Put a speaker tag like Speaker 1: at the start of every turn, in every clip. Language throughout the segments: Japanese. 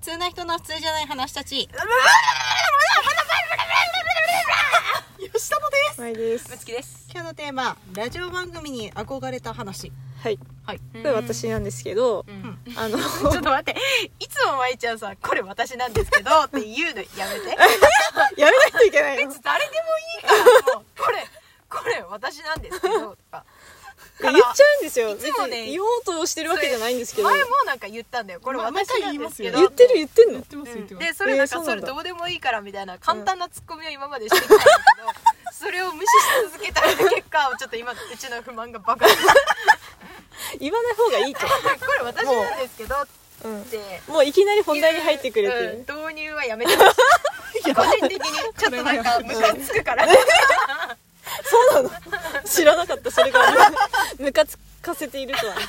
Speaker 1: 通な人の普通じゃない話たち。吉田のです。
Speaker 2: 前です。
Speaker 3: ぶつきです
Speaker 1: 今日のテーマ、ラジオ番組に憧れた話。
Speaker 2: はい。
Speaker 1: はい。
Speaker 2: これ私なんですけど、
Speaker 3: うん
Speaker 2: あ の、
Speaker 3: ちょっと待っていつもまいちゃんさ「これ私なんですけど」っ て言うのやめて
Speaker 2: やめないといけないの
Speaker 3: 別。に誰でもいいからもうこれこれ私なんですけど」とか
Speaker 2: 言っちゃうんですよ。
Speaker 3: いつもね
Speaker 2: 別に言おうとしてるわけじゃないんですけど。
Speaker 3: 前もなんか言ったんだよこれ
Speaker 1: ま
Speaker 3: 私なんですけど、
Speaker 2: 言ってる言ってんの
Speaker 1: てま
Speaker 3: うんでそれなん
Speaker 2: えーそう
Speaker 3: かそ
Speaker 2: なんだ
Speaker 3: れどうでもいいからみたいな簡単なツッコミを今までしてきたんだけ ど、それを無視し続けた結果ちょっと今うちの不満が爆発したこ
Speaker 2: 言わない方がいいと。
Speaker 3: れ私なんですけど
Speaker 2: うん
Speaker 3: って
Speaker 2: もういきなり本題に入ってくれて
Speaker 3: うん
Speaker 2: る。
Speaker 3: 導入はやめてほし い個人的にちょっとなんかムカつくから
Speaker 2: そうなの知らなかった。それが ムカつかせているとは。
Speaker 3: は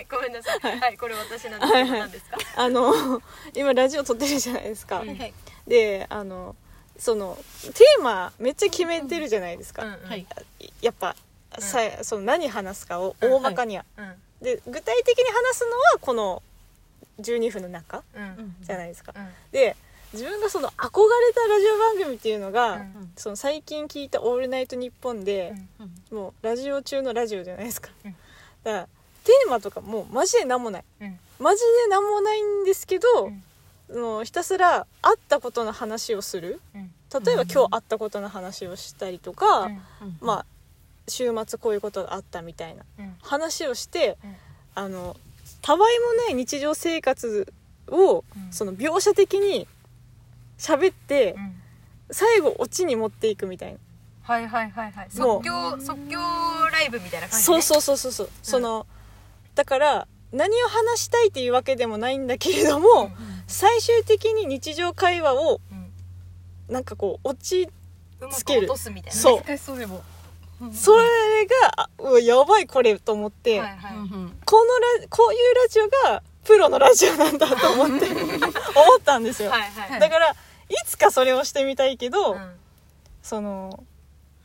Speaker 3: いごめんなさいはいこれ私なんですけど何ですか
Speaker 2: あの、今ラジオ撮ってるじゃないですか
Speaker 3: は。いはい
Speaker 2: で、あの、その、テーマめっちゃ決めてるじゃないですか。
Speaker 3: うん
Speaker 1: はい。
Speaker 2: やっぱ、さその何話すかを大まかには
Speaker 3: うん
Speaker 2: で具体的に話すのはこの12分の中
Speaker 3: うんうん
Speaker 2: じゃないですか、
Speaker 3: うん
Speaker 2: で自分がその憧れたラジオ番組っていうのが、
Speaker 3: うん
Speaker 2: その最近聞いた「オールナイトニッポンで」もうラジオ中のラジオじゃないですか、
Speaker 3: うん
Speaker 2: だからテーマとかもうマジで何もない
Speaker 3: うん
Speaker 2: マジで何もないんですけど、
Speaker 3: うん
Speaker 2: そのひたすら会ったことの話をする
Speaker 3: うん
Speaker 2: 例えば
Speaker 1: うん
Speaker 2: 今日会ったことの話をしたりとか、
Speaker 3: うん
Speaker 2: まあ週末こういうことがあったみたいな
Speaker 3: うん
Speaker 2: 話をして、
Speaker 3: うん
Speaker 2: あのたわいもない日常生活を、
Speaker 3: うん
Speaker 2: その描写的に喋って、
Speaker 3: うん
Speaker 2: 最後オチに持っていくみたいな、
Speaker 3: はいはいはいはい即
Speaker 2: もう
Speaker 3: 興即興ライブみたいな感じ
Speaker 2: そう
Speaker 3: う
Speaker 2: そうそうそうそうそのだから何を話したいっていうわけでもないんだけれども、最終的に日常会話をなんかこうオチ
Speaker 3: うまく
Speaker 2: つける
Speaker 3: 落とすみたいな
Speaker 2: そう
Speaker 1: 難しそうでも。
Speaker 2: それが、あうわやばいこれと思って、
Speaker 3: はいはい
Speaker 2: このラこういうラジオがプロのラジオなんだと思っ て思ったんですよ、
Speaker 3: はいはい
Speaker 2: だからいつかそれをしてみたいけど、
Speaker 3: うん
Speaker 2: その、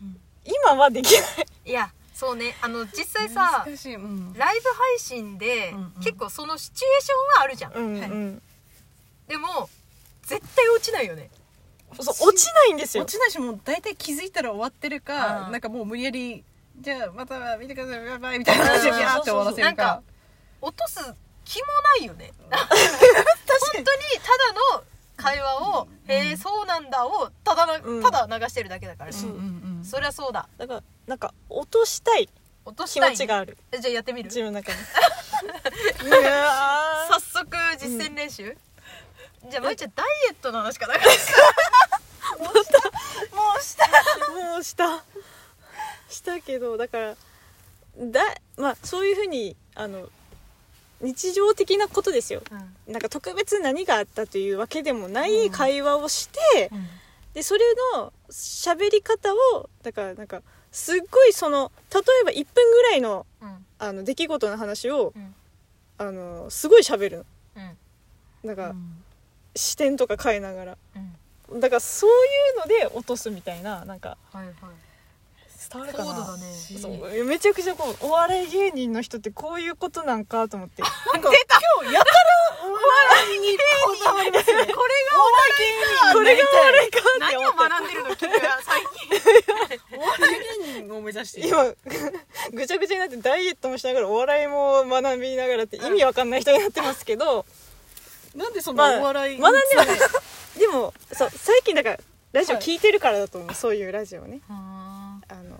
Speaker 1: うん
Speaker 2: 今はできない
Speaker 3: いやそうねあの実際さ
Speaker 1: 難しい。うん。
Speaker 3: ライブ配信で
Speaker 1: うんうん
Speaker 3: 結構そのシチュエーションはあるじゃん、
Speaker 2: うんうん、
Speaker 3: でも絶対落ちないよね
Speaker 2: そう落ちないんですよ
Speaker 1: 落ちないしもう大体気づいたら終わってるか、
Speaker 3: うん
Speaker 1: なんかもう無理やりじゃあまた見てくださいバイバイみたいな話でビャーって終わらせるか
Speaker 3: 落とす気もないよね本当にただの会話を「へえそうなんだ」をただな
Speaker 2: うん
Speaker 3: ただ流してるだけだからね
Speaker 1: うんうんうん
Speaker 3: そりゃそうだ
Speaker 2: だからなんか落としたい
Speaker 3: 落とし
Speaker 2: 気
Speaker 3: た
Speaker 2: 持
Speaker 3: い
Speaker 2: ちがある、
Speaker 3: えじゃあやってみる
Speaker 2: 自分の中にうわ
Speaker 3: 早速実践練習、じゃあまいちゃんダイエットの話かなかったもうしたもうした
Speaker 2: ーもうしたしたけどだからだまあそういうふうにあの日常的なことですよなんか特別何があったというわけでもない会話をして、でそれの喋り方をだからなんかすっごいその例えば1分ぐらいの
Speaker 3: うんうん
Speaker 2: あの出来事の話を、
Speaker 3: うん
Speaker 2: あのすごい喋る
Speaker 3: うん
Speaker 2: のなん
Speaker 1: う
Speaker 2: か、
Speaker 1: ん
Speaker 2: 視点とか変えながら
Speaker 3: うん
Speaker 2: だからそういうので落とすみたいななんか
Speaker 3: はいはい
Speaker 2: 伝わるか
Speaker 3: 高度だ
Speaker 2: な
Speaker 3: ね
Speaker 2: そうめちゃくちゃこうお笑い芸人の人ってこういうことなんかと思って
Speaker 1: なんか今日やたらお笑いにこだわりますよ
Speaker 3: こ
Speaker 1: ね
Speaker 3: れが
Speaker 2: これが悪いかって
Speaker 3: 何
Speaker 2: 思
Speaker 3: を
Speaker 2: って
Speaker 3: 学んでるの君は最近
Speaker 1: お笑い芸人を目指している
Speaker 2: 今ぐちゃぐちゃになってダイエットもしながらお笑いも学びながらって意味わかんない人になってますけど、
Speaker 1: なんでそん
Speaker 2: まあ
Speaker 1: なお笑い
Speaker 2: 学んではないでもそう最近だからラジオ
Speaker 1: はい
Speaker 2: 聞いてるからだと思う、そういうラジオね
Speaker 3: あ
Speaker 2: あの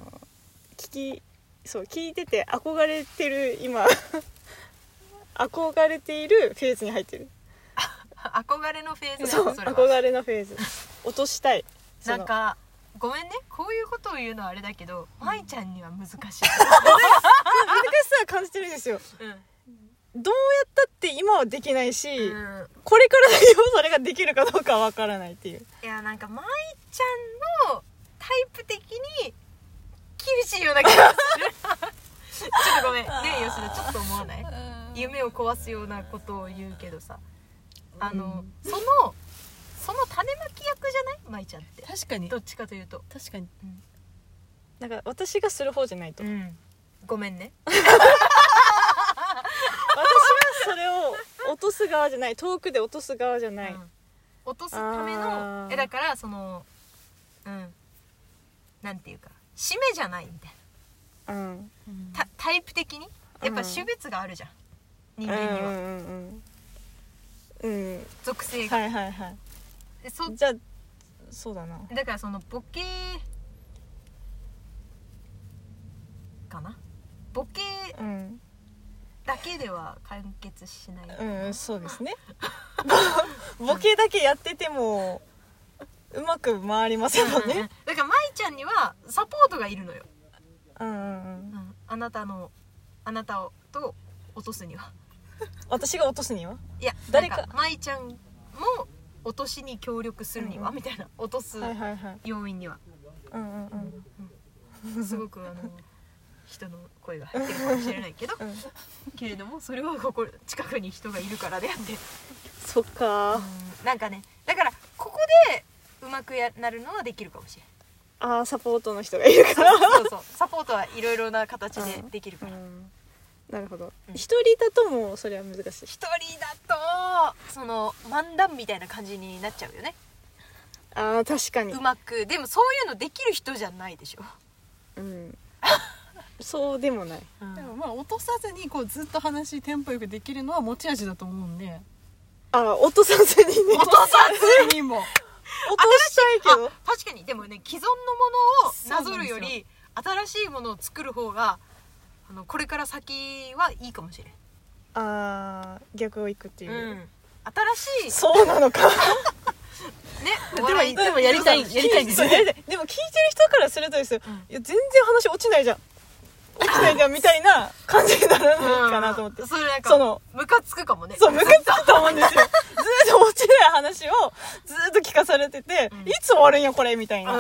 Speaker 2: 聞きそう聞いてて憧れてる今 憧れているフェーズに入ってる
Speaker 3: ー憧れのフェーズ
Speaker 2: そう
Speaker 3: だそれは
Speaker 2: 憧れのフェーズ落としたいそ
Speaker 3: な
Speaker 2: の
Speaker 3: んかごめんねこういうことを言うのはあれだけど舞ちゃんには難しい、
Speaker 2: 難しさは感じてるんですよ
Speaker 3: う
Speaker 2: どうやったって今はできないし、
Speaker 3: ん
Speaker 2: これからだよそれができるかどうかわからないっていう
Speaker 3: いやなんか舞ちゃんのタイプ的に厳しいような気がするちょっとごめん ねえ吉田ちょっと思わない夢を壊すようなことを言うけどさあの、そのその種まき役じゃない舞ちゃんって
Speaker 1: 確かに
Speaker 3: どっちかというと
Speaker 1: 確かに
Speaker 2: なんか私がする方じゃないと、
Speaker 3: うんごめんね
Speaker 2: 私はそれを落とす側じゃない遠くで落とす側じゃない、
Speaker 3: うん落とすための
Speaker 2: あー
Speaker 3: えだからそのうんなんていうか締めじゃないみたい
Speaker 2: うん、
Speaker 3: なタタイプ的にやっぱ
Speaker 2: うん
Speaker 3: 種別があるじゃん、
Speaker 2: うん
Speaker 3: 人
Speaker 2: うん
Speaker 3: 間に
Speaker 2: う
Speaker 3: は
Speaker 2: んうんうん
Speaker 3: 属性が、
Speaker 2: はいはいはい
Speaker 3: でそ
Speaker 2: じゃあそうだな
Speaker 3: だからそのボケかなボケ
Speaker 2: うん、
Speaker 3: だけでは完結しない、
Speaker 2: うん、そうです ねボボケだけやっててもうまく回りませんもん
Speaker 3: うんうんうん
Speaker 2: ね
Speaker 3: だから舞ちゃんにはサポートがいるのよ、
Speaker 2: うんうんうん
Speaker 3: うんあなたのあなたをと落とすには
Speaker 2: 私が落とすにはい
Speaker 3: や
Speaker 2: 誰か
Speaker 3: なん舞ちゃんも落としに協力するには、
Speaker 2: うん
Speaker 3: みたいな落とす
Speaker 2: はいはいはい
Speaker 3: 要因 には
Speaker 2: うんうんうん
Speaker 3: すごくあの人の声が入ってるかもしれないけど
Speaker 2: うん
Speaker 3: けれどもそれはここ近くに人がいるからであって
Speaker 2: そっか
Speaker 3: なんかねだからここでうまくやなるのはできるかもしれ
Speaker 2: あーサポートの人がいるから
Speaker 3: ないそうそうサポートはいろいろな形でできる
Speaker 2: う
Speaker 3: から
Speaker 2: んなるほど
Speaker 3: うん
Speaker 2: 一、人だともそれは難しい
Speaker 3: 一人だとその漫談みたいな感じになっちゃうよね
Speaker 2: あー確かに
Speaker 3: うまくでもそういうのできる人じゃないでしょ、
Speaker 2: うんそうでもない
Speaker 1: でもまあ落とさずにこうずっと話テンポよくできるのは持ち味だと思うんで
Speaker 2: あー落とさずにね
Speaker 1: 落とさずにも
Speaker 2: 落としたいけど
Speaker 3: あ確かにでもね既存のものをなぞるよ
Speaker 1: そうなん
Speaker 3: り新しいものを作る方があのこれから先はいいかもしれん
Speaker 2: あー逆をいくっていう、
Speaker 3: うん新し
Speaker 2: そうなのか
Speaker 3: いね
Speaker 1: で
Speaker 3: お
Speaker 1: も
Speaker 3: 笑い
Speaker 1: でもやりたいやりたい んです
Speaker 2: そう
Speaker 1: ね
Speaker 2: やりたいでも聞いてる人からするとですよ、
Speaker 3: うん
Speaker 2: いや全然話落ちないじゃん落ちないじゃんみたいな感じにならないかなと思って、
Speaker 3: うんそれなんか
Speaker 2: その
Speaker 3: ムカつくかもね
Speaker 2: そうムカつくと思うんです よずっと落ちない話をずっと聞かされてて、
Speaker 3: うん
Speaker 2: いつ終わるんやこれみたい
Speaker 3: うん
Speaker 2: な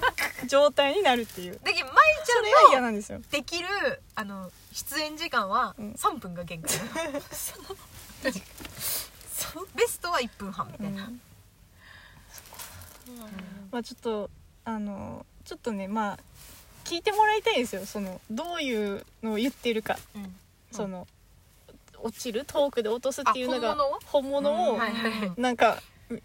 Speaker 2: 状態になるっていう
Speaker 3: だけど舞
Speaker 2: それ
Speaker 3: ち
Speaker 2: は
Speaker 3: ゃ
Speaker 2: 嫌
Speaker 3: んの
Speaker 2: なんですよ
Speaker 3: できるあの出演時間は
Speaker 2: うん
Speaker 3: 3分が限界、ベストは1分半みたいな、
Speaker 2: うんまあちょっとあのちょっとねまあ聞いてもらいたいですよそのどういうのを言ってるか
Speaker 3: うん
Speaker 2: その落ちるトークで落とすっていうのが
Speaker 3: あ
Speaker 2: 本物を
Speaker 3: はいはいはい
Speaker 2: なんか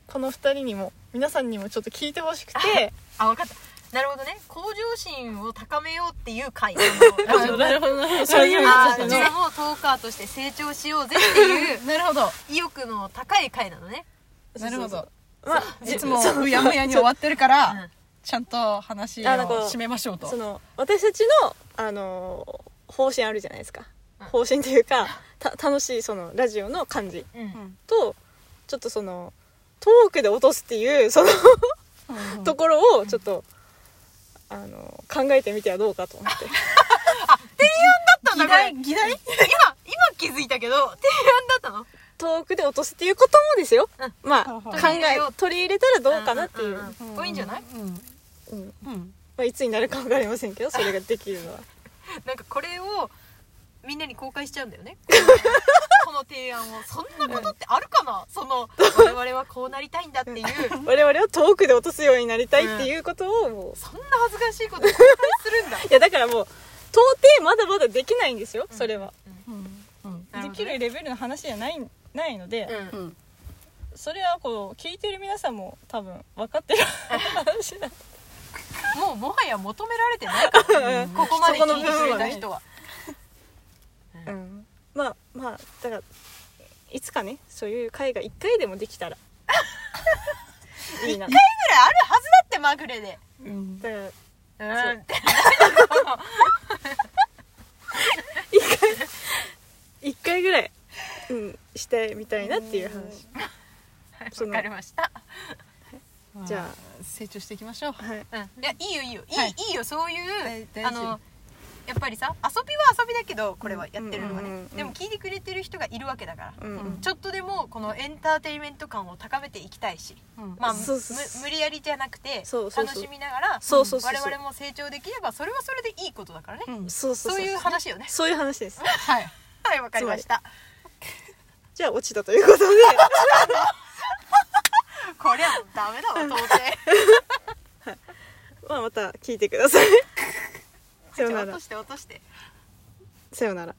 Speaker 2: この2人にも皆さんにもちょっと聞いてほしくて
Speaker 3: あ分かったなるほどね向上心を高めようっていう 回
Speaker 1: なるほどなるほど
Speaker 2: そういう
Speaker 3: あ
Speaker 2: や
Speaker 3: あ
Speaker 2: つ
Speaker 3: 自
Speaker 2: で
Speaker 3: 分
Speaker 2: すね
Speaker 3: もトーカーとして成長しようぜって いう
Speaker 1: なるほど
Speaker 3: 意欲の高い回なのね、
Speaker 1: なるほど
Speaker 2: まあ
Speaker 1: いつもうやむやに終わってるから
Speaker 3: う
Speaker 1: ちゃんと話を
Speaker 2: あなんか
Speaker 1: 締めましょうと
Speaker 2: その私たちのあの方針あるじゃないですか
Speaker 3: うん
Speaker 2: 方針というかた楽しいそのラジオの感じ
Speaker 3: んうん
Speaker 1: うん
Speaker 2: とちょっとそのトークで落とすっていうその
Speaker 1: うん
Speaker 2: ところをちょっと、あの考えてみてはどうかと思って
Speaker 3: だったんだこれ
Speaker 1: 議題
Speaker 3: 今
Speaker 1: 議題
Speaker 3: 今気づいたけど提案だったの
Speaker 2: 遠くで落とすっていうこともですよ、
Speaker 3: う
Speaker 2: まあ
Speaker 1: は
Speaker 2: 考
Speaker 1: い
Speaker 3: はい
Speaker 2: え取り入れたらどうかなっていう、
Speaker 3: んんんこれいいんじゃない
Speaker 1: うん
Speaker 2: うん
Speaker 1: うん
Speaker 2: まあ、いつになるか分かりませんけどそれができるのは
Speaker 3: なんかこれをみんなに公開しちゃうんだ よねこの提案をそんなことってあるかなその我々はこうなりたいんだっていう
Speaker 2: 我々は遠くで落とすようになりたいっていうことをもう、い
Speaker 3: そんな恥ずかしいこと公開するんだ
Speaker 2: やだからもう到底まだまだできないんですよそれは、
Speaker 1: うんうん
Speaker 3: なる
Speaker 2: で
Speaker 3: ほど
Speaker 2: き
Speaker 3: ね
Speaker 2: るレベルの話じゃないないので、
Speaker 3: うん
Speaker 1: うん
Speaker 2: それはこう聞いてる皆さんも多分分かってる話だ
Speaker 3: もうもはや求められてないから、
Speaker 2: うん
Speaker 3: ここまで聞いてくれた人は
Speaker 2: うん、まあまあだからいつかねそういう会が1回でもでき たらいいなだか
Speaker 3: ぐらいあるはずだってまぐれで
Speaker 1: うん
Speaker 2: ら1
Speaker 3: うんって
Speaker 2: 回ぐらい、うん、してみたいなっていう話そ
Speaker 3: わ
Speaker 2: の
Speaker 3: かりました、
Speaker 2: じゃあ
Speaker 1: ま成長していきましょう
Speaker 2: はい
Speaker 3: うん、いやいいよいいよいい,、
Speaker 1: はい
Speaker 3: い、いよそういう
Speaker 1: 大大事
Speaker 3: あのやっぱりさ遊びは遊びだけどこれはやってるのはね、
Speaker 2: うんうんうんうん
Speaker 3: でも聞いてくれてる人がいるわけだから、
Speaker 2: うんうん
Speaker 3: ちょっとでもこのエンターテインメント感を高めていきたいし、
Speaker 1: うん
Speaker 3: まあ、む
Speaker 2: そうそうそう
Speaker 3: 無理やりじゃなくて
Speaker 2: そうそうそう
Speaker 3: 楽しみながら
Speaker 2: そうそうそうそう
Speaker 3: 我々も成長できればそれはそれでいいことだからね、
Speaker 1: うん
Speaker 2: そうそう
Speaker 3: そういう話よね
Speaker 2: そういう話です
Speaker 1: はい
Speaker 3: はいわかりました
Speaker 2: じゃあ落ちたとい うことで
Speaker 3: こりゃダメだわ到 底
Speaker 2: まあまた聞いてくださいさよな
Speaker 3: 落
Speaker 2: ら
Speaker 3: として落として
Speaker 2: さよなら